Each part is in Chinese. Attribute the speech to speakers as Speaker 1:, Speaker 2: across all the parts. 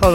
Speaker 1: Hello，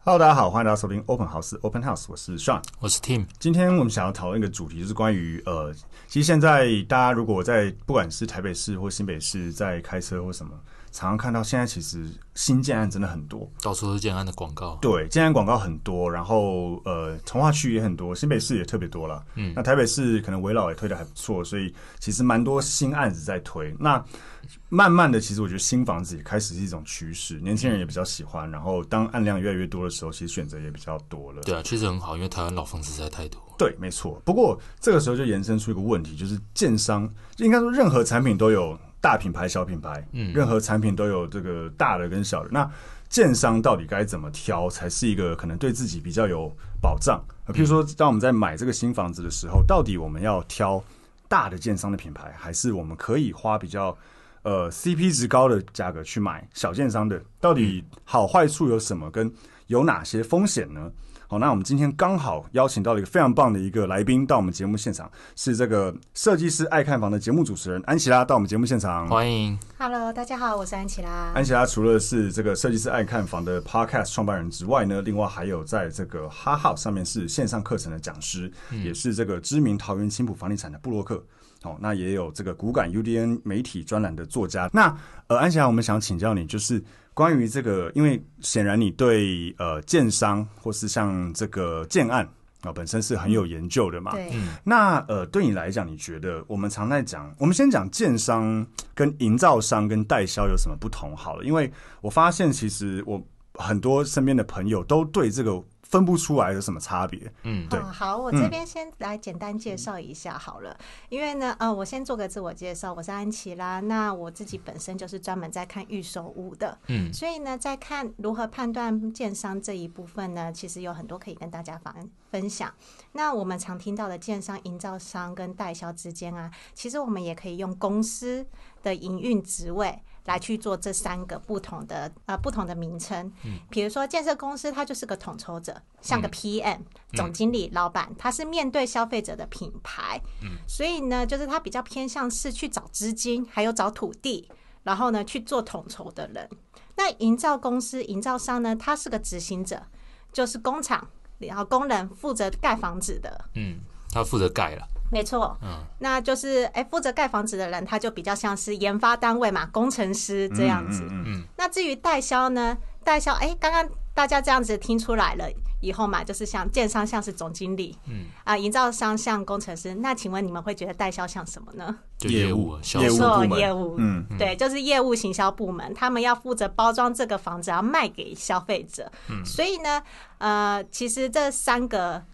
Speaker 1: Hello，大家好，欢迎大家收听 Open House Open House，我是 Sean。
Speaker 2: 我是 Tim，
Speaker 1: 今天我们想要讨论一个主题，就是关于呃，其实现在大家如果在不管是台北市或新北市，在开车或什么，常常看到现在其实新建案真的很多，
Speaker 2: 到处都是建安的广告。
Speaker 1: 对，建案广告很多，然后呃，从化区也很多，新北市也特别多了。嗯，那台北市可能围绕也推的还不错，所以其实蛮多新案子在推。那慢慢的，其实我觉得新房子也开始是一种趋势，年轻人也比较喜欢。然后当案量越来越多的时候，其实选择也比较多了。
Speaker 2: 对啊，确实很好，因为台湾老房子实在太多。
Speaker 1: 对，没错。不过这个时候就延伸出一个问题，就是建商应该说任何产品都有大品牌、小品牌，嗯，任何产品都有这个大的跟小的。那建商到底该怎么挑，才是一个可能对自己比较有保障？呃譬如说，当我们在买这个新房子的时候，到底我们要挑大的建商的品牌，还是我们可以花比较呃 CP 值高的价格去买小建商的？到底好坏处有什么，跟有哪些风险呢？好，那我们今天刚好邀请到了一个非常棒的一个来宾到我们节目现场，是这个设计师爱看房的节目主持人安琪拉到我们节目现场。
Speaker 2: 欢迎，
Speaker 3: Hello，大家好，我是安琪拉。
Speaker 1: 安琪拉除了是这个设计师爱看房的 Podcast 创办人之外呢，另外还有在这个哈好上面是线上课程的讲师，也是这个知名桃园青浦房地产的布洛克。哦，那也有这个骨感 UDN 媒体专栏的作家。那呃，安琪拉，我们想请教你，就是关于这个，因为显然你对呃建商或是像这个建案啊、本身是很有研究的嘛。
Speaker 3: 对，
Speaker 1: 那呃，对你来讲，你觉得我们常在讲，我们先讲建商跟营造商跟代销有什么不同好了？因为我发现其实我很多身边的朋友都对这个分不出来有什么差别。
Speaker 2: 嗯，
Speaker 1: 对
Speaker 3: 嗯，好，我这边先来简单介绍一下好了，因为呢，呃，我先做个自我介绍，我是安琪拉。那我自己本身就是专门在看预售屋的，
Speaker 2: 嗯，
Speaker 3: 所以呢，在看如何判断建商这一部分呢，其实有很多可以跟大家分分享。那我们常听到的建商、营造商跟代销之间啊，其实我们也可以用公司的营运职位。来去做这三个不同的呃不同的名称，比如说建设公司，它就是个统筹者，像个 PM、总经理、老板，他是面对消费者的品牌，所以呢，就是他比较偏向是去找资金，还有找土地，然后呢去做统筹的人。那营造公司、营造商呢，他是个执行者，就是工厂，然后工人负责盖房子的，
Speaker 2: 嗯，他负责盖了。
Speaker 3: 没错，
Speaker 2: 嗯，
Speaker 3: 那就是哎，负责盖房子的人，他就比较像是研发单位嘛，工程师这样子。
Speaker 1: 嗯嗯嗯
Speaker 3: 那至于代销呢？代销，哎，刚刚大家这样子听出来了以后嘛，就是像建商像是总经理，嗯，啊、营造商像工程师。那请问你们会觉得代销像什么呢？
Speaker 2: 就
Speaker 1: 业
Speaker 2: 业
Speaker 1: 务
Speaker 2: 务啊，销
Speaker 1: 业务
Speaker 2: 售，
Speaker 3: 做
Speaker 1: 部门
Speaker 3: 业务，
Speaker 1: 嗯，
Speaker 3: 对，就是业务行销部门，他们要负责包装这个房子，要卖给消费者。嗯，所以呢，呃，其实这三个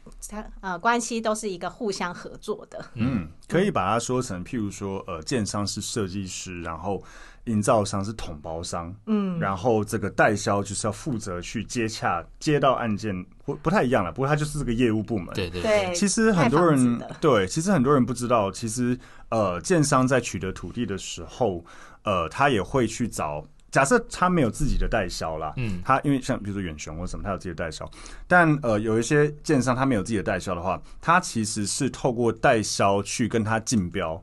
Speaker 3: 呃关系都是一个互相合作的。
Speaker 1: 嗯，可以把它说成，譬如说，呃，建商是设计师，然后营造商是统包商，嗯，然后这个代销就是要负责去接洽接到案件，不不太一样了。不过它就是这个业务部门。
Speaker 2: 对对
Speaker 3: 对，
Speaker 1: 其实很多
Speaker 3: 卖房
Speaker 1: 人
Speaker 3: 子的
Speaker 1: 对，其实很多人不知道，其实呃，建商在取得土地的时候，呃，他也会去找。假设他没有自己的代销啦，嗯，他因为像比如说远雄或什么，他有自己的代销，但呃，有一些建商他没有自己的代销的话，他其实是透过代销去跟他竞标，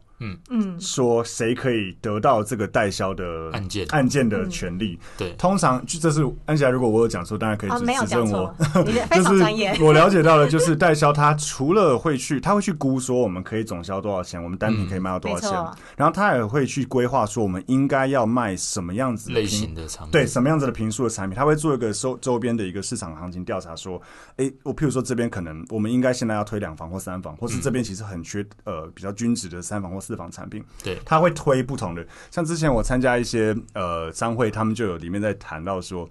Speaker 3: 嗯，
Speaker 1: 说谁可以得到这个代销的
Speaker 2: 案件
Speaker 1: 案件
Speaker 3: 嗯
Speaker 1: 的权利。
Speaker 2: 对
Speaker 1: 通常就这是安琪拉，如果我有讲错，大家可以
Speaker 3: 哦，
Speaker 1: 指
Speaker 3: 没有
Speaker 1: 指
Speaker 3: 讲
Speaker 1: 正
Speaker 3: 错
Speaker 1: 我。，
Speaker 3: 你的 非
Speaker 1: 就
Speaker 3: 常专业。
Speaker 1: 是我了解到的，就是代销他除了会去，他会去估说我们可以总销多少钱，我们单品可以卖到多少钱
Speaker 3: 嗯没错，
Speaker 1: 然后他也会去规划说我们应该要卖什么样子的
Speaker 2: 类
Speaker 1: 品
Speaker 2: 型的商品，
Speaker 1: 对什么样子的评述的产品，他会做一个周周边的一个市场行情调查，说，诶，我譬如说这边可能我们应该现在要推两房或三房，或
Speaker 2: 嗯
Speaker 1: 是这边其实很缺呃比较均值的三房或四房产品，
Speaker 2: 对
Speaker 1: 他会推不同的。像之前我参加一些呃商会，他们就有里面在谈到说。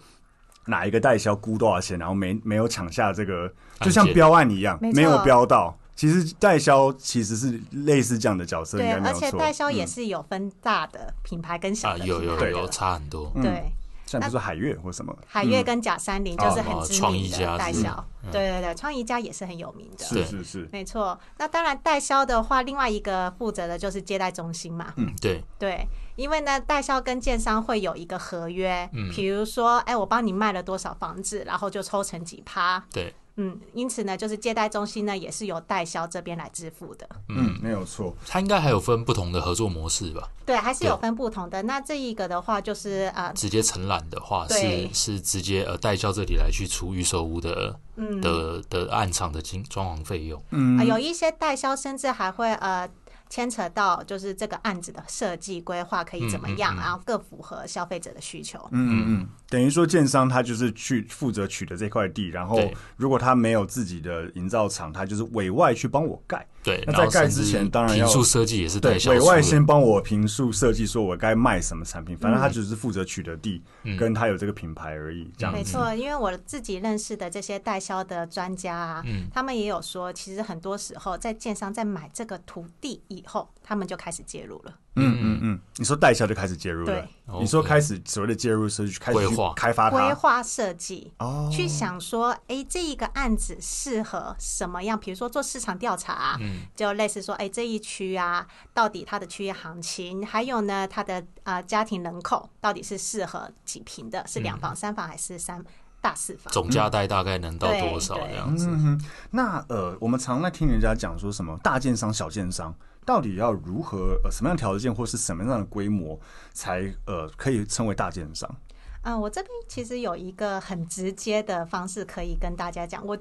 Speaker 1: 哪一个代销估多少钱，然后没没有抢下这个，就像
Speaker 2: 案件
Speaker 1: 标案一样
Speaker 3: 没，错
Speaker 1: 没有标到。其实代销其实是类似这样的角色，应
Speaker 3: 对，
Speaker 1: 该没
Speaker 3: 而
Speaker 1: 有
Speaker 3: 且
Speaker 1: 错。
Speaker 3: 代销也是有分大的品牌跟小
Speaker 2: 啊，
Speaker 3: 的
Speaker 2: 有
Speaker 3: 品
Speaker 2: 有
Speaker 3: 牌
Speaker 2: 有
Speaker 3: 的
Speaker 2: 差很多，
Speaker 3: 对，
Speaker 1: 像比如说海月或什么，
Speaker 3: 海月跟假山林就是很知
Speaker 2: 哦哦创
Speaker 3: 名
Speaker 2: 意家嗯
Speaker 3: 的代
Speaker 2: 之类的
Speaker 3: 销，对对对，创意家也是很有名的。
Speaker 1: 是是是，
Speaker 3: 没错，那当然代销的话，另外一个负责的就是接待中心嘛。
Speaker 1: 嗯
Speaker 2: 对
Speaker 3: 对，因为呢，代销跟建商会有一个合约，比如说，哎，我帮你卖了多少房子，然后就抽成几趴。
Speaker 2: 对，
Speaker 3: 嗯，因此呢，就是接待中心呢也是由代销这边来支付的。
Speaker 1: 嗯，没有错。
Speaker 2: 它应该还有分不同的合作模式吧？
Speaker 3: 对，还是有
Speaker 2: 对
Speaker 3: 分不同的。那这一个的话，就是呃，
Speaker 2: 直接承揽的话
Speaker 3: 对
Speaker 2: 是是直接呃代销这里来去出预售屋的
Speaker 3: 嗯
Speaker 2: 的的暗场的金装潢费用，
Speaker 1: 嗯
Speaker 3: 啊，有一些代销甚至还会呃牵扯到就是这个案子的设计规划可以怎么样，然后更符合消费者的需求。
Speaker 1: 嗯嗯，等于说建商他就是去负责取得这块地，然后
Speaker 2: 对
Speaker 1: 如果他没有自己的营造厂，他就是委外去帮我盖。
Speaker 2: 对，
Speaker 1: 那
Speaker 2: 然
Speaker 1: 在
Speaker 2: 后
Speaker 1: 盖
Speaker 2: 甚
Speaker 1: 之
Speaker 2: 至
Speaker 1: 前当然要
Speaker 2: 平数设计也是
Speaker 1: 对
Speaker 2: 代，销
Speaker 1: 委
Speaker 2: 出
Speaker 1: 外
Speaker 2: 的
Speaker 1: 先帮我评述设计，说我该卖什么产品，反正
Speaker 2: 嗯
Speaker 1: 他只是负责取得地，跟他有这个品牌而已。这样
Speaker 3: 没错，因为我自己认识的这些代销的专家啊，
Speaker 1: 嗯
Speaker 3: 他们也有说，其实很多时候在建商在买这个土地以后，他们就开始介入了。
Speaker 1: 嗯嗯嗯，你说代销就开始介入了
Speaker 3: 对，
Speaker 1: 你说
Speaker 2: 哦 OK
Speaker 1: 开始所谓的介入是去开始去
Speaker 2: 规划
Speaker 1: 开发
Speaker 3: 规
Speaker 1: 它，
Speaker 3: 划设计，
Speaker 1: 啊哦
Speaker 3: 去想说，哎、这一个案子适合什么样？比如说做市场调查、啊，
Speaker 1: 嗯
Speaker 3: 就类似说，哎、这一区啊，到底它的区域行情，还有呢，它的呃家庭人口到底是适合几平的？是两房、
Speaker 1: 嗯
Speaker 3: 三房还是三大四房？
Speaker 2: 总价带大概能到
Speaker 3: 嗯对
Speaker 2: 多少
Speaker 3: 对
Speaker 2: 这样
Speaker 1: 嗯
Speaker 2: 子？
Speaker 1: 那呃，我们常在听人家讲说什么大建商、小建商，到底要如何呃什么样条件或是什么样的规模才呃可以称为大建商？
Speaker 3: 啊、我这边其实有一个很直接的方式可以跟大家讲，我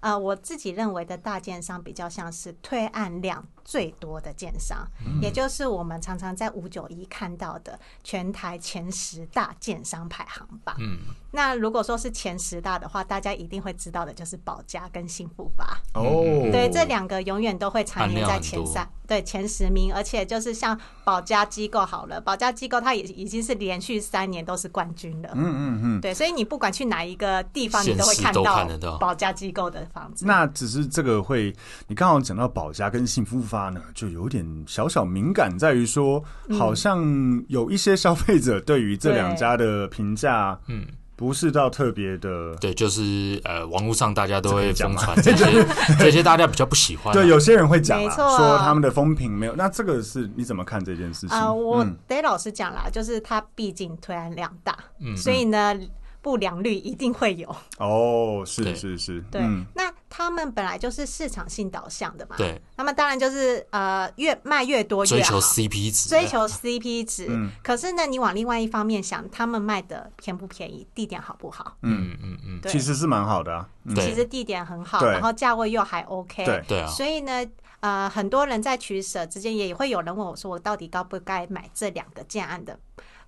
Speaker 3: 呃我自己认为的大建商比较像是推案量最多的建商，也就是我们常常在五九一看到的全台前十大建商排行榜。嗯，那如果说是前十大的话，大家一定会知道的就是保家跟新富发。
Speaker 1: 哦
Speaker 3: 对，这两个永远都会蝉联在前
Speaker 2: 含量
Speaker 3: 三，对前十名，而且就是像保家机构好了，保家机构它也已经是连续三年都是冠军了。嗯嗯嗯，对，所以你不管去哪一个地方，你
Speaker 2: 县
Speaker 3: 都会
Speaker 2: 市
Speaker 3: 看
Speaker 2: 都
Speaker 3: 到
Speaker 2: 看得到
Speaker 3: 保家机构的房子。
Speaker 1: 那只是这个会，你刚好讲到保家跟幸福发呢，就有点小小敏感，在于说，
Speaker 3: 嗯
Speaker 1: 好像有一些消费者对于这两家的评价，嗯，不是到特别的。
Speaker 2: 对，就是呃，网络上大家都会
Speaker 1: 这可以讲
Speaker 2: 疯
Speaker 1: 吗
Speaker 2: 传这些，这些大家比较不喜欢啊。
Speaker 1: 对，有些人会讲
Speaker 3: 没
Speaker 1: 啦，
Speaker 3: 错啊
Speaker 1: 说他们的风评没有。那这个是你怎么看这件事情？
Speaker 3: 啊、
Speaker 2: 嗯
Speaker 3: 我得老实讲啦，就是它毕竟推案量大，
Speaker 2: 嗯
Speaker 3: 所以呢不良率一定会有。
Speaker 1: 哦，是
Speaker 2: 对
Speaker 1: 是是，
Speaker 3: 对，
Speaker 1: 嗯
Speaker 3: 那他们本来就是市场性导向的嘛，
Speaker 2: 对，
Speaker 3: 那么当然就是呃越卖越多越
Speaker 2: 追
Speaker 3: 好
Speaker 2: 求。CP 嗯值，啊
Speaker 3: 追求 CP 值。可是呢，你往另外一方面想，他们卖的便不便宜，地点好不好？
Speaker 2: 嗯嗯嗯，
Speaker 3: 对
Speaker 1: 其实是蛮好的啊。嗯
Speaker 3: 其
Speaker 2: 对
Speaker 3: 实地点很好，
Speaker 1: 对
Speaker 3: 然后价位又还 OK。
Speaker 1: 对
Speaker 2: 对啊，
Speaker 3: 所以呢，呃，很多人在取舍之间，也会有人问我说，我到底该不该买这两个建案的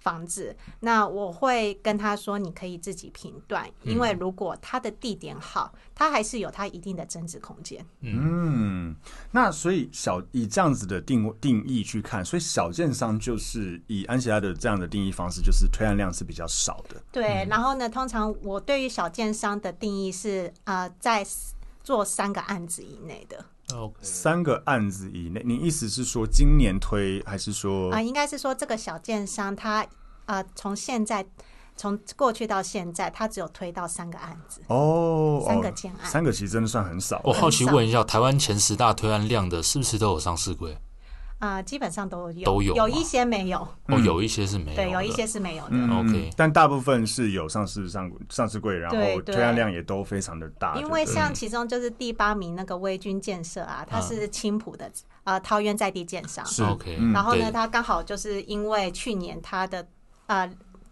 Speaker 3: 房子？那我会跟他说，你可以自己评断，
Speaker 1: 嗯
Speaker 3: 因为如果它的地点好，它还是有它一定的增值空间。
Speaker 1: 嗯，那所以小以这样子的定定义去看，所以小建商就是以安琪拉的这样的定义方式，就是推案量是比较少的。
Speaker 3: 对，然后呢，通常我对于小建商的定义是，呃，在做三个案子以内的。
Speaker 2: 哦
Speaker 1: 三个案子以内，你意思是说今年推，还是说
Speaker 3: 啊、？应该是说这个小建商他啊，从现在从过去到现在，他只有推到三个案子。
Speaker 1: 哦，
Speaker 3: 三个
Speaker 1: 哦
Speaker 3: 建案
Speaker 1: 三个其实真的算很少。
Speaker 2: 我好奇
Speaker 3: 很少
Speaker 2: 问一下，台湾前十大推案量的，是不是都有上市柜？
Speaker 3: 啊、基本上都有，
Speaker 2: 都有
Speaker 3: 有
Speaker 2: 吗
Speaker 3: 一些没有，
Speaker 2: 哦，有一些是没有的，
Speaker 3: 对，有一些是没有的。
Speaker 1: 嗯
Speaker 2: OK
Speaker 1: 但大部分是有上市上上市柜，然
Speaker 3: 对
Speaker 1: 后
Speaker 3: 对
Speaker 1: 推案量也都非常的大，
Speaker 3: 因为
Speaker 1: 啊就对
Speaker 3: 像其中就是第八名那个微军建设啊，它是青浦的呃桃园在地建商，
Speaker 1: 是
Speaker 2: OK，
Speaker 1: 嗯
Speaker 3: 然后
Speaker 2: 对
Speaker 3: 呢，它刚好就是因为去年它的呃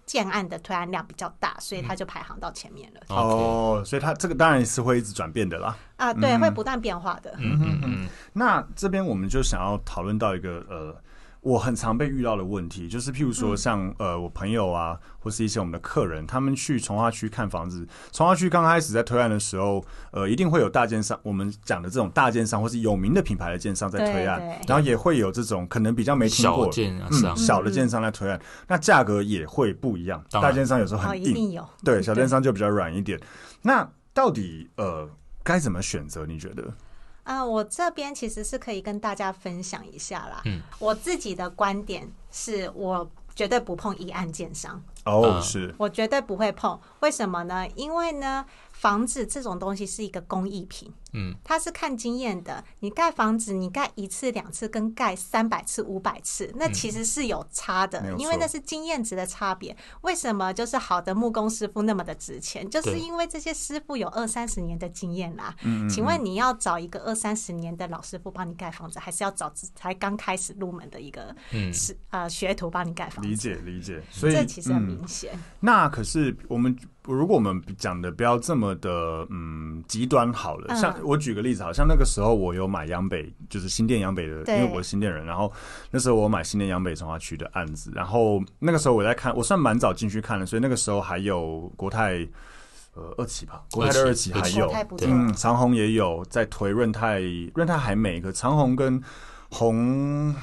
Speaker 3: 建案的推案量比较大，所以它就排行到前面了。
Speaker 2: OK，
Speaker 1: 哦，所以它这个当然是会一直转变的啦。
Speaker 3: 啊，对，会不断变化的。
Speaker 2: 嗯嗯嗯，
Speaker 1: 那这边我们就想要讨论到一个呃，我很常被遇到的问题，就是譬如
Speaker 3: 嗯
Speaker 1: 说像、呃我朋友啊，或是一些我们的客人，他们去从化区看房子，从化区刚开始在推案的时候，呃，一定会有大建商，我们讲的这种大建商或是有名的品牌的建商在推案
Speaker 3: 对对，
Speaker 1: 然后也会有这种可能比较没听
Speaker 2: 小
Speaker 1: 过。
Speaker 2: 件啊
Speaker 1: 嗯，
Speaker 2: 商
Speaker 1: 小的建商在推案，那价格也会不一样。
Speaker 2: 当然
Speaker 1: 大建商有时候
Speaker 3: 哦，
Speaker 1: 很
Speaker 3: 一
Speaker 1: 硬，
Speaker 3: 定有。
Speaker 1: 对，小电商就比较软一点。那到底呃该怎么选择？你觉得？
Speaker 3: 啊、我这边其实是可以跟大家分享一下啦。
Speaker 2: 嗯，
Speaker 3: 我自己的观点是我绝对不碰一案建商，
Speaker 1: 哦，
Speaker 2: 嗯
Speaker 1: 是，
Speaker 3: 我绝对不会碰。为什么呢？因为呢，房子这种东西是一个工艺品，
Speaker 2: 嗯，
Speaker 3: 它是看经验的。你盖房子，你盖一次、两次，跟盖三百次、五百次，那其实是有差的，
Speaker 1: 嗯没有
Speaker 3: 因为
Speaker 1: 错
Speaker 3: 那是经验值的差别。为什么就是好的木工师傅那么的值钱？就是
Speaker 2: 对
Speaker 3: 因为这些师傅有二三十年的经验啦。嗯请问你要找一个二三十年的老师傅帮你盖房子，还是要找才刚开始入门的一个
Speaker 2: 嗯
Speaker 3: 是、呃学徒帮你盖房
Speaker 1: 理
Speaker 3: 子？
Speaker 1: 解理解。所以
Speaker 3: 这其实很
Speaker 1: 嗯，
Speaker 3: 明显。
Speaker 1: 那可是我们如果我们讲的不要这么的嗯极端好了，
Speaker 3: 嗯
Speaker 1: 像我举个例子，好像那个时候我有买央北，就是新店央北的，
Speaker 3: 对
Speaker 1: 因为我是新店人，然后那时候我买新店央北从化区的案子，然后那个时候我在看，我算蛮早进去看的，所以那个时候还有国泰。呃，二期吧，国泰的
Speaker 2: 二
Speaker 1: 二期
Speaker 2: 期
Speaker 1: 还
Speaker 2: 二期
Speaker 1: 有
Speaker 3: 哦国，泰不错
Speaker 2: 对
Speaker 1: 嗯，长虹也有在推润泰，润泰还每个长虹跟红，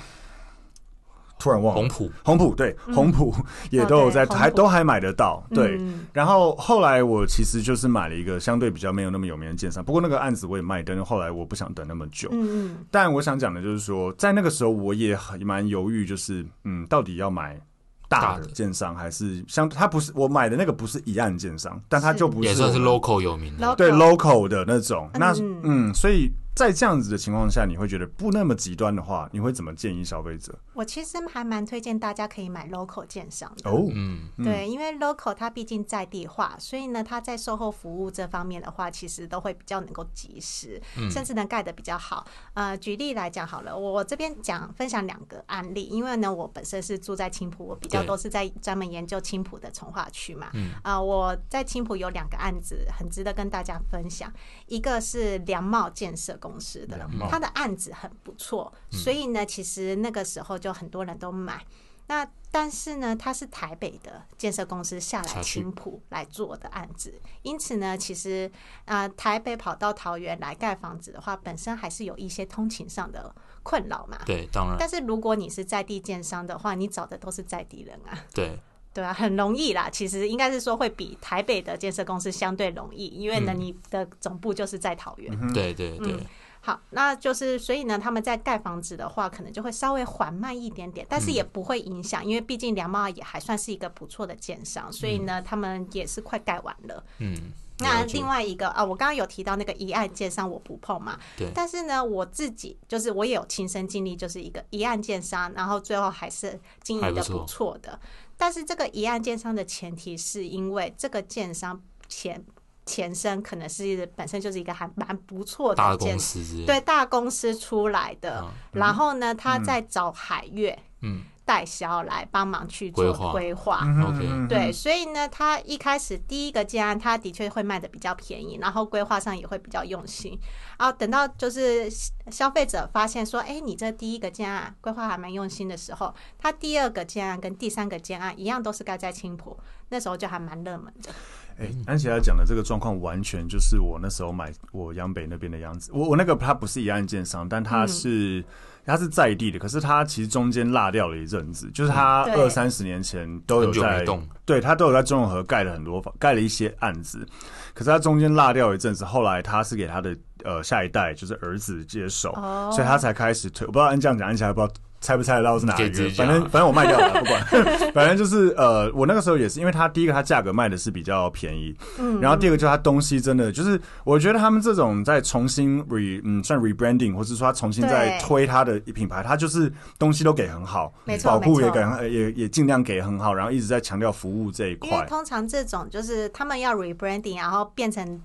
Speaker 1: 突然忘
Speaker 2: 红
Speaker 1: 了
Speaker 2: 普
Speaker 1: 红普对红普也都有在，
Speaker 3: 嗯哦对
Speaker 1: 还
Speaker 3: 红普
Speaker 1: 都还买得到对。
Speaker 3: 嗯
Speaker 1: 然后后来我其实就是买了一个相对比较没有那么有名的建商，不过那个案子我也卖但是后来我不想等那么久。
Speaker 3: 嗯嗯。
Speaker 1: 但我想讲的就是说，在那个时候我也很蛮犹豫，就是嗯，到底要买大
Speaker 2: 大
Speaker 1: 的
Speaker 2: 的
Speaker 1: 建商还是相它不是我买的那个不是一案建商，但它
Speaker 3: 是
Speaker 1: 就不是
Speaker 2: 也算是
Speaker 1: 我们
Speaker 2: local 有名的，
Speaker 3: local
Speaker 1: 对 local 的那种。那
Speaker 3: 嗯
Speaker 1: 嗯，所以在这样子的情况下，你会觉得不那么极端的话，你会怎么建议消费者？
Speaker 3: 我其实还蛮推荐大家可以买 local 建商的。
Speaker 1: 哦，
Speaker 2: 嗯，
Speaker 3: 对，因为 local 它毕竟在地化，所以呢，它在售后服务这方面的话，其实都会比较能够及时，甚至能盖得比较好。呃，举例来讲好了，我我这边讲分享两个案例，因为呢，我本身是住在青浦，我比较
Speaker 2: 对
Speaker 3: 多是在专门研究青浦的从化区嘛。啊、我在青浦有两个案子很值得跟大家分享，一个是良茂建设公司的
Speaker 1: 良茂，
Speaker 3: 它的案子很不错，
Speaker 2: 嗯
Speaker 3: 所以呢，其实那个时候就很多人都买。那但是呢，它是台北的建设公司下
Speaker 2: 下
Speaker 3: 来
Speaker 2: 去
Speaker 3: 青浦来做的案子，因此呢，其实啊、呃台北跑到桃园来盖房子的话，本身还是有一些通勤上的困扰嘛。
Speaker 2: 对，当然
Speaker 3: 但是如果你是在地建商的话，你找的都是在地人啊，
Speaker 2: 对，
Speaker 3: 对啊，很容易啦。其实应该是说会比台北的建设公司相对容易，因为
Speaker 2: 嗯
Speaker 3: 呢，你的总部就是在桃园。
Speaker 1: 嗯
Speaker 2: 对对对，
Speaker 3: 好，那就是所以呢，他们在盖房子的话，可能就会稍微缓慢一点点，但
Speaker 2: 嗯
Speaker 3: 是也不会影响，因为毕竟梁茂也还算是一个不错的建商，所以呢，他们也是快盖完了。
Speaker 2: 嗯，
Speaker 3: 那
Speaker 2: 了解
Speaker 3: 另外一个啊，我刚刚有提到那个一案建商我不碰嘛，
Speaker 2: 对
Speaker 3: 但是呢，我自己就是我也有亲身经历，就是一个一案建商，然后最后还是经
Speaker 2: 还
Speaker 3: 营
Speaker 2: 不
Speaker 3: 的
Speaker 2: 错
Speaker 3: 不错的。但是这个一案建商的前提是因为这个建商前前身可能是本身就是一个还蛮不错
Speaker 2: 大
Speaker 3: 的
Speaker 2: 的
Speaker 3: 建
Speaker 2: 公司之类，
Speaker 3: 对大公司出来的，然后呢，他再找海月
Speaker 2: 嗯
Speaker 3: 代销来帮忙去
Speaker 2: 规
Speaker 3: 做
Speaker 2: 划
Speaker 3: 规划。
Speaker 1: 嗯
Speaker 2: ，OK，
Speaker 3: 对，所以呢，他一开始第一个建案，他的确会卖的比较便宜，然后规划上也会比较用心。然后等到就是消费者发现说，哎，你这第一个建案规划还蛮用心的时候，他第二个建案跟第三个建案一样都是盖在青浦，那时候就还蛮热门的。
Speaker 1: 哎、安琪拉讲的这个状况，完全就是我那时候买我央北那边的样子。我我那个它不是一案建商，但
Speaker 3: 嗯
Speaker 1: 它是、它是在地的，可是它其实中间落掉了一阵子，就是它
Speaker 3: 嗯对
Speaker 1: 二三十年前都有
Speaker 2: 很久
Speaker 1: 在
Speaker 2: 没动，
Speaker 1: 对它都有在中永和盖了很多房，盖了一些案子，可是它中间落掉一阵子，后来它是给他的呃下一代，就是儿子接手，
Speaker 3: 哦
Speaker 1: 所以他才开始推。我不知道按这样讲，安琪拉不知道。猜不猜得到是哪一
Speaker 2: 你可
Speaker 1: 个
Speaker 2: 以直？接
Speaker 1: 反
Speaker 2: 讲啊
Speaker 1: 正反正我卖掉了，不 管。 反正就是呃，我那个时候也是，因为它第一个它价格卖的是比较便宜，嗯，然后第二个就是它东西真的就是，我觉得他们这种在重新 re 嗯算 rebranding，或是说它重新在
Speaker 3: 对
Speaker 1: 推它的品牌，它就是东西都给很好
Speaker 3: 没，错
Speaker 1: 保护
Speaker 3: 没
Speaker 1: 也
Speaker 3: 错
Speaker 1: 给很呃也也尽量给很好，然后一直在强调服务这一
Speaker 3: 因为
Speaker 1: 块。
Speaker 3: 通常这种就是他们要 rebranding，然后变成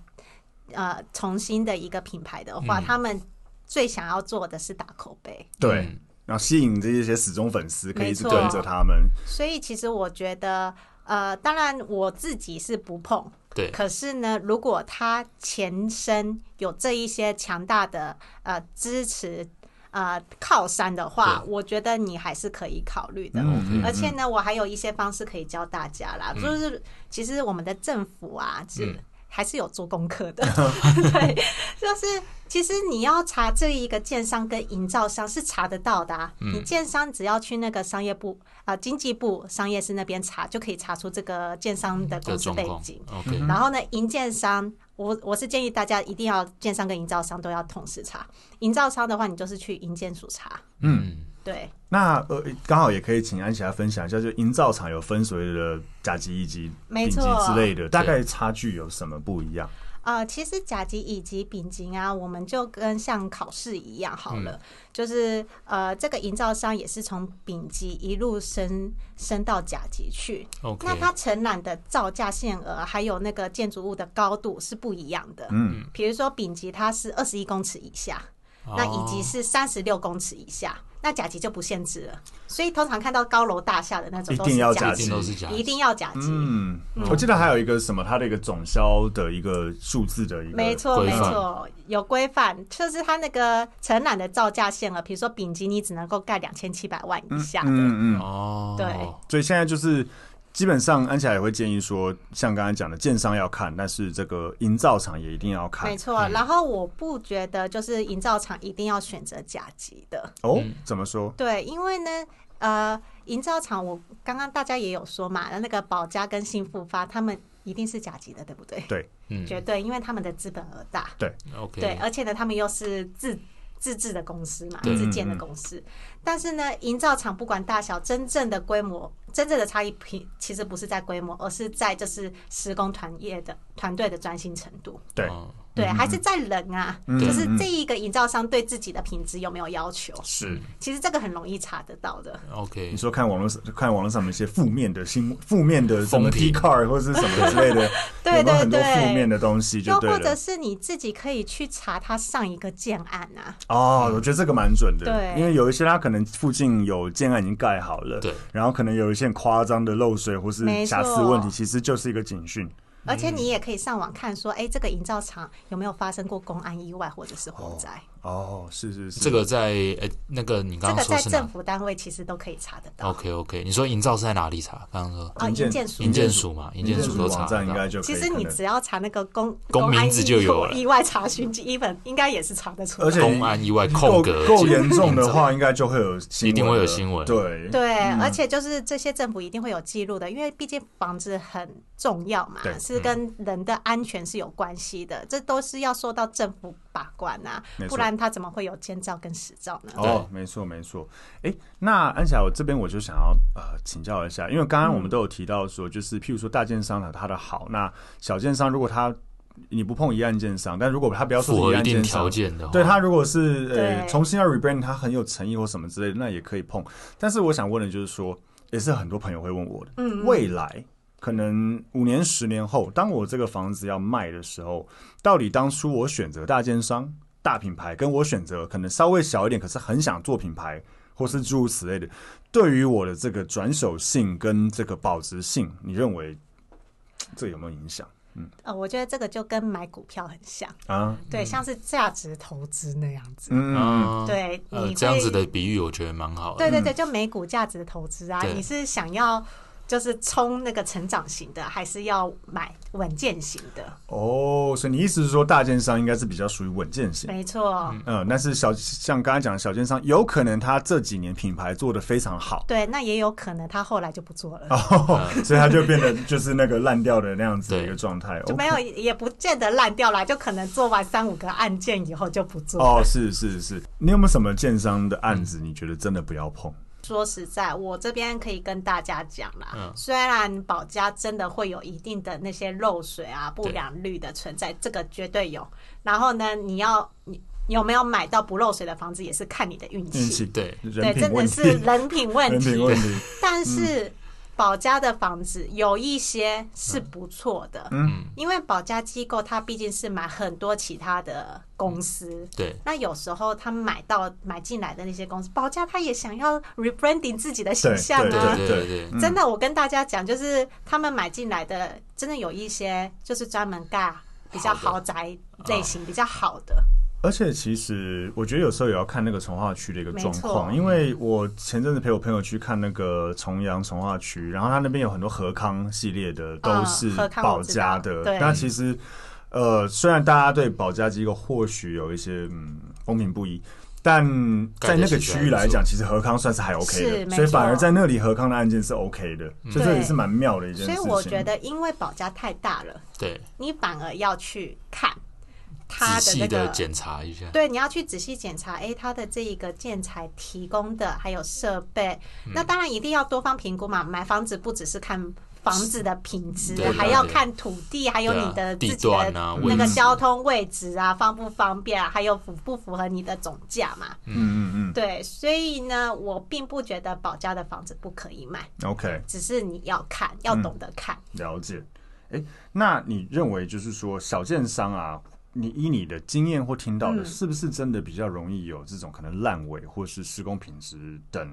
Speaker 3: 呃重新的一个品牌的话，他们最想要做的是打口碑。
Speaker 1: 对
Speaker 2: 嗯，
Speaker 1: 然后吸引这些死忠粉丝可以一直
Speaker 3: 没
Speaker 1: 跟
Speaker 3: 错
Speaker 1: 着他们。
Speaker 3: 所以其实我觉得，呃，当然我自己是不碰，
Speaker 2: 对，
Speaker 3: 可是呢，如果它前身有这一些强大的呃支持。呃，靠山的话，我觉得你还是可以考虑的。
Speaker 1: 嗯
Speaker 3: 而且呢，我还有一些方式可以教大家啦，
Speaker 2: 嗯
Speaker 3: 就是其实我们的政府啊，是、还是有做功 课的。对，就是其实你要查这一个建商跟营造商是查得到的、啊，
Speaker 2: 嗯
Speaker 3: 你建商只要去那个商业部啊、经济部商业司那边查，就可以查出这个建商
Speaker 2: 的
Speaker 3: 的公司
Speaker 2: 状
Speaker 3: 背
Speaker 2: 况
Speaker 3: 景。
Speaker 1: 嗯
Speaker 2: ，OK，
Speaker 3: 然后呢，营建商，我我是建议大家一定要建商跟营造商都要同时查。营造商的话，你就是去营建署查。
Speaker 2: 嗯，
Speaker 3: 对，
Speaker 1: 那呃，刚好也可以请安琪来分享一下，就营造厂有分所谓的甲级、乙级、
Speaker 3: 没
Speaker 1: 丙级
Speaker 3: 错
Speaker 1: 之类的，大概差距有什么不一样？
Speaker 3: 呃，其实甲级乙级丙级啊，我们就跟像考试一样好了，就是呃，这个营造商也是从丙级一路升升到甲级去。
Speaker 2: OK
Speaker 3: 那它承揽的造价限额还有那个建筑物的高度是不一样的。
Speaker 1: 嗯，
Speaker 3: 比如说丙级它是二十一公尺以下，
Speaker 1: 哦
Speaker 3: 那乙
Speaker 2: 哦
Speaker 3: 级是三十六公尺以下，那甲级就不限制了。所以通常看到高楼大厦的那种
Speaker 1: 一
Speaker 3: 都
Speaker 1: 定
Speaker 3: 是
Speaker 1: 要
Speaker 2: 一
Speaker 1: 甲
Speaker 3: 甲
Speaker 1: 级
Speaker 2: 定都是假的，
Speaker 3: 一定要甲级。
Speaker 1: 嗯，我记得还有一个什么，它的一个总销的一个数字的一个，
Speaker 3: 没错，
Speaker 2: 规
Speaker 3: 没
Speaker 2: 范
Speaker 3: 错，有规范，就是它那个承揽的造价限额，比如说丙级，你只能够盖两千七百万以下的。
Speaker 1: 嗯嗯，
Speaker 2: 哦，
Speaker 3: 对
Speaker 1: 所以现在就是。基本上，安琪也会建议说，像刚才讲的，建商要看，但是这个营造厂也一定要看
Speaker 3: 没错，然后我不觉得就是营造厂一定要选择甲级的，
Speaker 1: 哦。怎么说？
Speaker 3: 对，因为呢，呃，营造厂我刚刚大家也有说嘛，那个保家跟新复发他们一定是甲级的，对不对？
Speaker 1: 对
Speaker 2: 嗯
Speaker 3: 绝对，因为他们的资本额大，
Speaker 1: 对，
Speaker 2: ，OK，
Speaker 3: 对，而且呢，他们又是自自制的公司嘛，
Speaker 2: 对
Speaker 3: 自
Speaker 1: 嗯
Speaker 3: 建的公司。但是呢，营造厂不管大小，真正的规模，真正的差异品其实不是在规模，而是在就是施工团业的团队的专心程度。
Speaker 1: 对，
Speaker 2: 哦
Speaker 1: 嗯
Speaker 3: 对，还是在人啊，就是这一个营造商对自己的品质有没有要求，
Speaker 1: 是
Speaker 3: 其实这个很容易查得到的。
Speaker 2: ，OK，
Speaker 1: 你说看网络上看网络上面一些负面的新负面的什么
Speaker 2: 风
Speaker 1: T
Speaker 2: 评
Speaker 1: card 或者是什么之类的，
Speaker 3: 对
Speaker 1: 有没有很多
Speaker 3: 对对
Speaker 1: 负面的东西就
Speaker 3: 又
Speaker 1: 对
Speaker 3: 或者
Speaker 1: 了。
Speaker 3: 是你自己可以去查他上一个建案啊，
Speaker 1: 哦，我觉得这个蛮准的，
Speaker 3: 对
Speaker 1: 因为有一些它可能附近有建案已经盖好了，
Speaker 2: 对，
Speaker 1: 然后可能有一些很夸张的漏水或是
Speaker 3: 没错
Speaker 1: 瑕疵问题，其实就是一个警讯。
Speaker 3: 而且你也可以上网看说，哎、这个营造厂有没有发生过公安意外或者是火灾？
Speaker 1: 哦，是是是，
Speaker 2: 这个在呃那个你
Speaker 3: 这
Speaker 2: 刚
Speaker 3: 个
Speaker 2: 刚说
Speaker 3: 在
Speaker 2: 是哪
Speaker 3: 政府单位其实都可以查得到。
Speaker 2: ？OK OK，你说营造是在哪里查？刚刚说
Speaker 3: 啊，
Speaker 1: 营建
Speaker 3: 营建署
Speaker 2: 营，建署嘛，营
Speaker 1: 民
Speaker 2: 建署
Speaker 1: 政
Speaker 2: 都
Speaker 1: 署
Speaker 2: 查
Speaker 1: 网
Speaker 2: 得
Speaker 1: 站应该
Speaker 2: 到。
Speaker 1: 就可以
Speaker 3: 其
Speaker 1: 看
Speaker 3: 实
Speaker 1: 得到。
Speaker 3: 你只要查那个公
Speaker 2: 公
Speaker 3: 安
Speaker 2: 名字就有了
Speaker 3: 意外查询机，一本应该也是查得出来。
Speaker 1: 而且
Speaker 2: 公安意外空
Speaker 1: 够
Speaker 2: 格
Speaker 1: 够严重的 话，应该就会有新闻
Speaker 2: 一定会有
Speaker 1: 了
Speaker 2: 新闻
Speaker 1: 对
Speaker 3: 对，
Speaker 2: 嗯
Speaker 3: 而且就是这些政府一定会有记录的，因为毕竟房子很重要嘛
Speaker 1: 对，
Speaker 2: 嗯
Speaker 3: 是跟人的安全是有关系的，这都是要受到政府把关啊
Speaker 1: 没，错
Speaker 3: 不然他怎么会有监照跟实照呢？
Speaker 1: 哦，没错没错。哎，那安霞，我这边我就想要呃请教一下，因为刚刚我们
Speaker 2: 嗯
Speaker 1: 都有提到说，就是譬如说大建商有它的好，那小建商如果它你不碰一案建商，但如果它不要
Speaker 2: 符
Speaker 1: 说
Speaker 2: 合
Speaker 1: 是
Speaker 2: 一
Speaker 1: 案
Speaker 2: 定
Speaker 1: 建
Speaker 2: 条
Speaker 1: 商。
Speaker 2: 件的话，
Speaker 1: 对它如果是呃
Speaker 3: 对
Speaker 1: 重新要 rebrand，它很有诚意或什么之类的，那也可以碰。但是我想问的就是说，也是很多朋友会问我的，未来可能五年、十年后，当我这个房子要卖的时候，到底当初我选择大奸商、大品牌，跟我选择可能稍微小一点，可是很想做品牌，或是诸如此类的，对于我的这个转手性跟这个保值性，你认为这有没有影响
Speaker 3: 呃，我觉得这个就跟买股票很像，
Speaker 1: 啊？
Speaker 3: 对，像是价值投资那样子。
Speaker 1: 嗯，
Speaker 2: 嗯，
Speaker 3: 对，你
Speaker 2: 呃
Speaker 3: 会
Speaker 2: 这样子的比喻我觉得蛮好的。
Speaker 3: 对对对，就美股价值投资啊，
Speaker 2: 对
Speaker 3: 你是想要就是冲那个成长型的，还是要买稳健型的？
Speaker 1: 哦，所以你意思是说，大建商应该是比较属于稳健型，
Speaker 3: 没错，
Speaker 1: 嗯，但是小像刚才讲的小建商，有可能他这几年品牌做的非常好，
Speaker 3: 对，那也有可能他后来就不做了。
Speaker 1: 哦， 所以他就变得就是那个烂掉的那样子的一个状态，哦
Speaker 3: 就没有，也不见得烂掉啦，就可能做完三五个案件以后就不做了。
Speaker 1: 哦，是是是，你有没有什么建商的案子，你觉得真的不要碰？
Speaker 3: 说实在，我这边可以跟大家讲啦，
Speaker 2: 嗯
Speaker 3: 虽然保家真的会有一定的那些漏水啊、不良率的存在，这个绝对有。然后呢，你要你有没有买到不漏水的房子，也是看你的运气。
Speaker 1: 运气
Speaker 2: 对
Speaker 1: 人
Speaker 3: 对，
Speaker 1: 品
Speaker 3: 真
Speaker 1: 问
Speaker 3: 的
Speaker 1: 题，
Speaker 3: 是人品问
Speaker 1: 人
Speaker 3: 题。
Speaker 1: 品问题，
Speaker 3: 但是保家的房子有一些是不错的，嗯，因为保家机构它毕竟是买很多其他的公司，
Speaker 1: 嗯
Speaker 2: 对，
Speaker 3: 那有时候他们买到买进来的那些公司，保家他也想要 rebranding 自己的形象
Speaker 1: 对嗯
Speaker 3: 啊。
Speaker 2: 对对对
Speaker 3: 真的，我跟大家讲，就是他们买进来的，真的有一些就是专门盖比较
Speaker 2: 好
Speaker 3: 豪宅类型比较好的，
Speaker 1: 而且其实我觉得有时候也要看那个从化区的一个状况，
Speaker 3: 没错
Speaker 1: 因为我前阵子陪我朋友去看那个重阳从化区，然后他那边有很多和康系列的都是
Speaker 3: 和嗯康
Speaker 1: 保
Speaker 3: 我知
Speaker 1: 家
Speaker 3: 道
Speaker 1: 的，
Speaker 3: 对
Speaker 1: 那其实。呃，虽然大家对保家机构或许有一些嗯风评不一，但在那个区域来讲，其实和康算是还 OK
Speaker 3: 是
Speaker 1: 的，
Speaker 3: 没
Speaker 1: 所以反而
Speaker 3: 错
Speaker 1: 在那里和康的案件是 OK 的，所以这也是蛮妙的一件事
Speaker 3: 所
Speaker 1: 情。
Speaker 3: 以我觉得，因为保家太大了，
Speaker 2: 对，
Speaker 3: 你反而要去看
Speaker 2: 仔
Speaker 3: 它的
Speaker 2: 细
Speaker 3: 那
Speaker 2: 的
Speaker 3: 个
Speaker 2: 检查一下，
Speaker 3: 对，你要去仔细检查，诶，它的这一个建材提供的还有设备，
Speaker 2: 嗯
Speaker 3: 那当然一定要多方评估嘛。买房子不只是看房子的品质
Speaker 2: 对，
Speaker 3: 还
Speaker 2: 对
Speaker 3: 要
Speaker 2: 对
Speaker 3: 看土地，还有
Speaker 2: 对啊
Speaker 3: 你的
Speaker 2: 地
Speaker 3: 自己的
Speaker 2: 段啊
Speaker 3: 那
Speaker 2: 位
Speaker 3: 个
Speaker 2: 置
Speaker 3: 交通位置啊，方不方便啊，还有符不符合你的总价嘛。
Speaker 1: 嗯嗯
Speaker 3: 对，所以呢，我并不觉得保家的房子不可以买，
Speaker 1: 嗯，OK。
Speaker 3: 只是你要看，要
Speaker 1: 嗯
Speaker 3: 懂得看。
Speaker 1: 了解。哎，那你认为就是说小建商啊，你以你的经验或听到的，
Speaker 3: 嗯
Speaker 1: 是不是真的比较容易有这种可能烂尾或是施工品质等，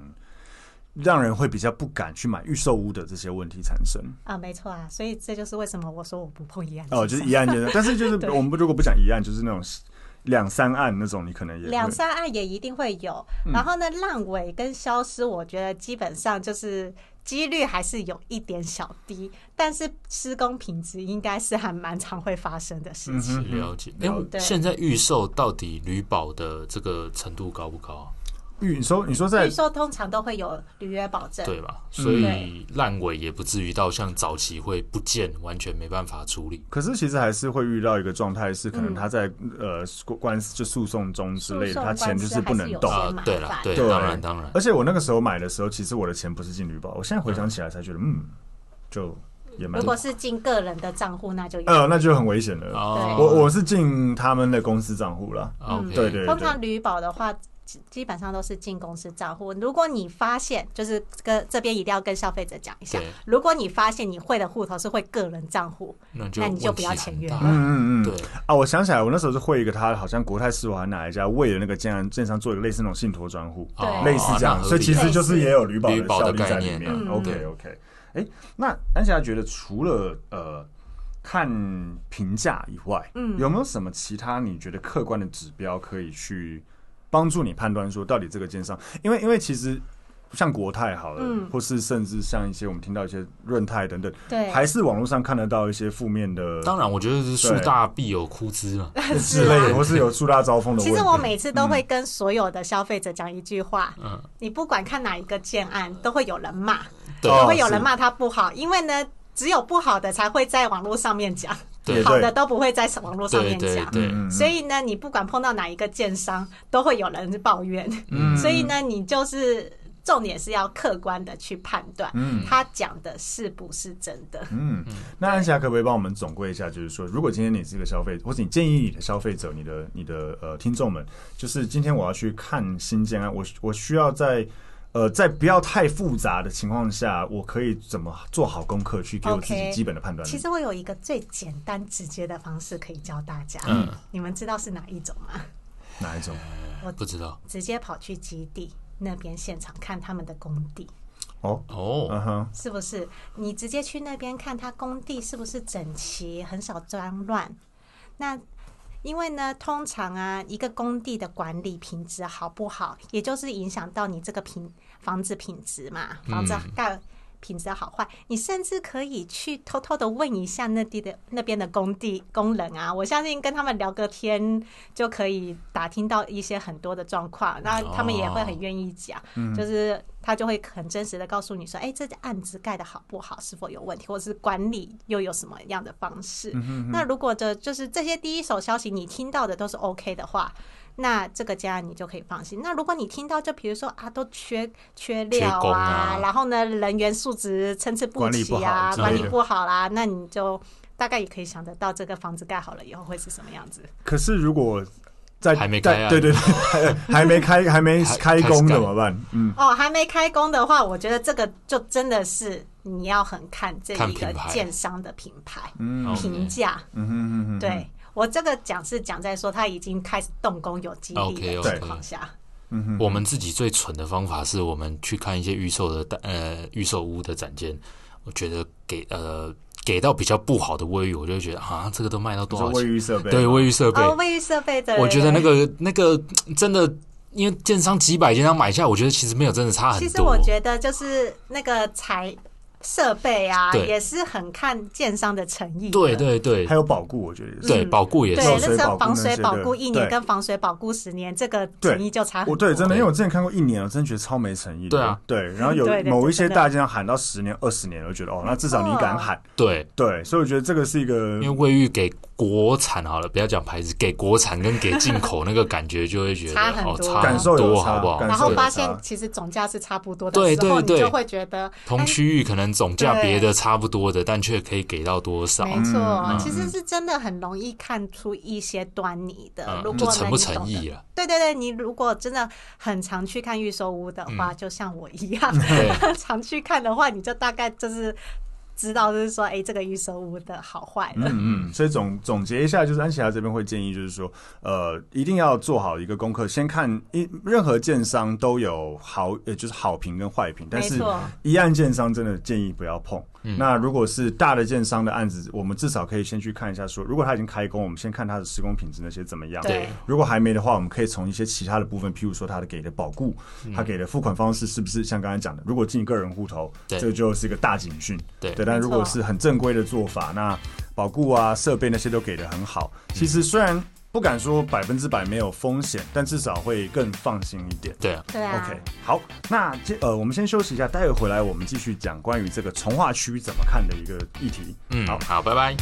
Speaker 1: 让人会比较不敢去买预售屋的这些问题产生？
Speaker 3: 啊，没错啊，所以这就是为什么我说我不碰一案
Speaker 1: 哦，
Speaker 3: 子
Speaker 1: 就是一案件的，但是就是
Speaker 3: 对
Speaker 1: 我们如果不讲一案，就是那种两三案那种，你可能也会
Speaker 3: 两三案也一定会有。
Speaker 1: 嗯
Speaker 3: 然后呢，烂尾跟消失，我觉得基本上就是几率还是有一点小低，但是施工品质应该是还蛮常会发生的
Speaker 1: 嗯
Speaker 3: 事情。
Speaker 2: 了解。哎、
Speaker 1: 了解
Speaker 3: 嗯对
Speaker 2: 现在预售到底旅保的这个程度高不高啊、
Speaker 1: 预你说你说
Speaker 3: 所
Speaker 1: 在
Speaker 3: 以说，通常都会有履约保证。
Speaker 2: 对吧？所以烂尾也不至于到像早期会不见，完全没办法处理。
Speaker 1: 可是其实还是会遇到一个状态是，可能他在、呃官司就诉讼中之类的，
Speaker 3: 嗯诉讼
Speaker 1: 他钱
Speaker 3: 官
Speaker 1: 就
Speaker 3: 司
Speaker 1: 是不
Speaker 3: 还是
Speaker 1: 能
Speaker 3: 有
Speaker 1: 动。
Speaker 3: 些
Speaker 2: 啊
Speaker 3: 麻，
Speaker 2: 对了
Speaker 3: 烦，
Speaker 2: 对，
Speaker 1: 对哦
Speaker 2: 当然当然，
Speaker 1: 而且我那个时候买的时候，其实我的钱不是进旅保，我现在回想起来才觉得，嗯，就也蛮
Speaker 3: 如……果是进个人的账户，那就有。
Speaker 1: 呃，那就很危险了。
Speaker 2: 哦
Speaker 1: 我我是进他们的公司账户了。
Speaker 2: 啊
Speaker 3: 嗯
Speaker 2: OK，
Speaker 1: 对对
Speaker 3: 通常旅保的话，基基本上都是进公司账户。如果你发现，就是跟这边一定要跟消费者讲一下
Speaker 2: 对，
Speaker 3: 如果你发现你汇的户头是汇个人账户，
Speaker 2: 那就
Speaker 3: 那你就不要
Speaker 2: 问题
Speaker 3: 签约
Speaker 2: 很大
Speaker 1: 嗯
Speaker 3: 了
Speaker 1: 嗯嗯
Speaker 2: 对，
Speaker 1: 啊！我想起来，我那时候是会一个他，好像国泰世华还哪一家为了那个建安建商做一个类似那种信托专户，
Speaker 3: 对
Speaker 2: 哦
Speaker 1: 类似这样，
Speaker 2: 那合理
Speaker 1: 所以其实就是也有旅保
Speaker 2: 旅
Speaker 1: 的
Speaker 2: 保
Speaker 1: 效
Speaker 2: 的
Speaker 1: 力在
Speaker 2: 概
Speaker 1: 里
Speaker 2: 念
Speaker 1: 面。
Speaker 2: 嗯
Speaker 1: OK
Speaker 2: 对
Speaker 1: OK，哎、那安琪拉觉得除了呃看评价以外，嗯，有没有什么其他你觉得客观的指标可以去帮助你判断说到底这个奸商？因为因为其实。像国泰好了，
Speaker 3: 嗯
Speaker 1: 或是甚至像一些我们听到一些润泰等等，
Speaker 3: 对
Speaker 1: 还是网络上看得到一些负面的
Speaker 2: 当然我觉得是树
Speaker 1: 对
Speaker 2: 大必有枯枝嘛，
Speaker 1: 之类的，或是有树大招风的问题。
Speaker 3: 其实我每次都会跟所有的消费者讲一句话：
Speaker 2: 嗯
Speaker 3: 你不管看哪一个建案，都会有人骂，
Speaker 2: 对
Speaker 1: 哦
Speaker 3: 都会有人骂他不好，因为呢，只有不好的才会在网络上面讲，
Speaker 1: 对
Speaker 3: 好
Speaker 1: 对
Speaker 3: 的都不会在网络上
Speaker 2: 对
Speaker 3: 面
Speaker 2: 对
Speaker 3: 讲。
Speaker 2: 对，
Speaker 1: 嗯
Speaker 3: 所以呢，你不管碰到哪一个建商，都会有人抱怨。
Speaker 2: 嗯
Speaker 3: 所以呢，你就是重点是要客观的去判断，
Speaker 2: 嗯
Speaker 3: 他讲的是不是真的。
Speaker 1: 嗯，那安霞可不可以帮我们总归一下？就是说，如果今天你是一个消费，或者你建议你的消费者、你的、你的呃听众们，就是今天我要去看新建案，我我需要在呃在不要太复杂的情况下，我可以怎么做好功课去给我自己
Speaker 3: OK
Speaker 1: 基本的判断力
Speaker 3: 其实我有一个最简单直接的方式可以教大家，
Speaker 2: 嗯
Speaker 3: 你们知道是哪一种吗？
Speaker 1: 哪一种？
Speaker 2: 不知道
Speaker 3: 直接跑去基地那边现场看他们的工地，
Speaker 1: 哦，
Speaker 2: 哦
Speaker 1: 嗯哼，
Speaker 3: 是不是？你直接去那边看他工地是不是整齐，很少脏乱。那因为呢，通常啊，一个工地的管理品质好不好，也就是影响到你这个品房子品质嘛，房子盖。品质的好坏，你甚至可以去偷偷的问一下那地的那边的工地工人啊，我相信跟他们聊个天就可以打听到一些很多的状况，那他们也会很愿意讲，就是他就会很真实的告诉你说，哎、这案子盖的好不好，是否有问题，或是管理又有什么样的方式。那如果这就是这些第一手消息你听到的都是 OK 的话，那这个家你就可以放心。那如果你听到就比如说啊，都缺缺料
Speaker 2: 缺工啊
Speaker 3: 然后呢人员素质参差不
Speaker 1: 管理
Speaker 3: 齐
Speaker 1: 不好
Speaker 3: 啊，
Speaker 1: 之
Speaker 3: 管
Speaker 1: 类
Speaker 3: 理
Speaker 1: 的
Speaker 3: 不好啦，那你就大概也可以想得到这个房子盖好了以后会是什么样子。
Speaker 1: 可是如果在
Speaker 2: 还没
Speaker 1: 在
Speaker 2: 开啊
Speaker 1: 对对对，还还没开，还没
Speaker 2: 还
Speaker 1: 开
Speaker 2: 开始
Speaker 1: 工
Speaker 2: 盖
Speaker 1: 怎么办？嗯，
Speaker 3: 哦，还没开工的话，我觉得这个就真的是你要很看这
Speaker 2: 看
Speaker 3: 一个
Speaker 2: 品牌
Speaker 3: 建商的品牌
Speaker 1: 嗯
Speaker 3: 评价。
Speaker 1: 嗯哼哼哼，
Speaker 3: 对我这个讲是讲在说他已经开始动工有基地的
Speaker 2: OK，OK
Speaker 3: 情况下。
Speaker 2: 我们自己最蠢的方法是我们去看一些预售的单呃预售屋的展间，我觉得给呃给到比较不好的卫浴，我就会觉得啊这个都卖到
Speaker 1: 你
Speaker 2: 多
Speaker 1: 说
Speaker 2: 少
Speaker 1: 卫
Speaker 2: 钱？
Speaker 1: 浴设备，
Speaker 2: 对卫浴设备，
Speaker 3: 哦，卫浴设备的，
Speaker 2: 我觉得那个那个真的，因为建商几百间要买下来，我觉得其实没有真的差很
Speaker 3: 其
Speaker 2: 多。
Speaker 3: 实我觉得就是那个材设备啊，
Speaker 2: 对
Speaker 3: 也是很看建商的诚意的。
Speaker 2: 对对对
Speaker 1: 还有保固，我觉得也是。
Speaker 3: 嗯
Speaker 2: 对，保固也
Speaker 3: 对，
Speaker 2: 是
Speaker 1: 漏
Speaker 3: 那
Speaker 1: 水
Speaker 3: 是
Speaker 1: 保护
Speaker 3: 防
Speaker 1: 那
Speaker 3: 水
Speaker 1: 些
Speaker 3: 保
Speaker 1: 的
Speaker 3: 固一年
Speaker 1: 对
Speaker 3: 跟防水保固十年，这个
Speaker 1: 对
Speaker 3: 诚意就差很
Speaker 1: 我
Speaker 3: 多。
Speaker 1: 对，真的，
Speaker 2: 对
Speaker 1: 因为我之前看过一年，我真的觉得超没诚意的。
Speaker 2: 对啊，
Speaker 1: 对。然后有
Speaker 3: 对对对
Speaker 1: 某一些
Speaker 3: 真的哦
Speaker 1: 大家喊到十年、二十年，我就觉得哦，那至少你敢喊。
Speaker 2: 对，
Speaker 1: 对，所以我觉得这个是一个
Speaker 2: 因为卫浴给国产好了，不要讲牌子，给国产跟给进口那个感觉就会觉得
Speaker 3: 差很
Speaker 2: 哦
Speaker 3: 多
Speaker 2: 差
Speaker 1: 感受
Speaker 2: 很
Speaker 1: 有
Speaker 2: 多，
Speaker 1: 差
Speaker 2: 好不好？
Speaker 1: 感
Speaker 3: 然后
Speaker 1: 受有差
Speaker 3: 发现其实总价是差不多的
Speaker 2: 对
Speaker 3: 时候，
Speaker 2: 对
Speaker 3: 你就
Speaker 2: 对
Speaker 3: 会觉得哎
Speaker 2: 同区域可能总价别的差不多的，但却可以给到多少？
Speaker 3: 没错，
Speaker 2: 嗯
Speaker 3: 其实是真的很容易看出一些端倪的。
Speaker 2: 嗯
Speaker 3: 如
Speaker 2: 就
Speaker 3: 果
Speaker 2: 诚
Speaker 3: 能
Speaker 2: 不
Speaker 3: 你
Speaker 2: 诚
Speaker 3: 懂
Speaker 2: 意
Speaker 3: 得
Speaker 2: 啊
Speaker 3: 对对对，你如果真的很常去看预售屋的话，
Speaker 2: 嗯
Speaker 3: 就像我一 样，
Speaker 2: 对
Speaker 3: 常去看的话，你就大概就是知道，就是说，哎、这个预售屋的好坏 了。
Speaker 1: 嗯嗯，所以总总结一下，就是安琪拉这边会建议，就是说，呃，一定要做好一个功课，先看一任何建商都有好，呃，就是好评跟坏评，但
Speaker 3: 没
Speaker 1: 是
Speaker 3: 错
Speaker 1: 一案建商真的建议不要碰。那如果是大的建商的案子，我们至少可以先去看一下说如果他已经开工，我们先看他的施工品质那些怎么样。
Speaker 3: 对
Speaker 1: 如果还没的话，我们可以从一些其他的部分，譬如说他的给的保固，他给的付款方式是不是像刚才讲的，如果进个人户头，
Speaker 2: 对
Speaker 1: 这就是一个大警讯。
Speaker 2: 对
Speaker 1: 对，但
Speaker 3: 没
Speaker 1: 如果
Speaker 3: 错
Speaker 1: 是很正规的做法，那保固啊、设备那些都给的很好。其实虽然不敢说百分之百没有风险，但至少会更放心一点。
Speaker 2: 对啊，
Speaker 3: 对啊
Speaker 1: OK，好，那接呃，我们先休息一下，待会回来我们继续讲关于这个从化区怎么看的一个议题。
Speaker 2: 嗯
Speaker 1: 好，
Speaker 2: 好，拜拜。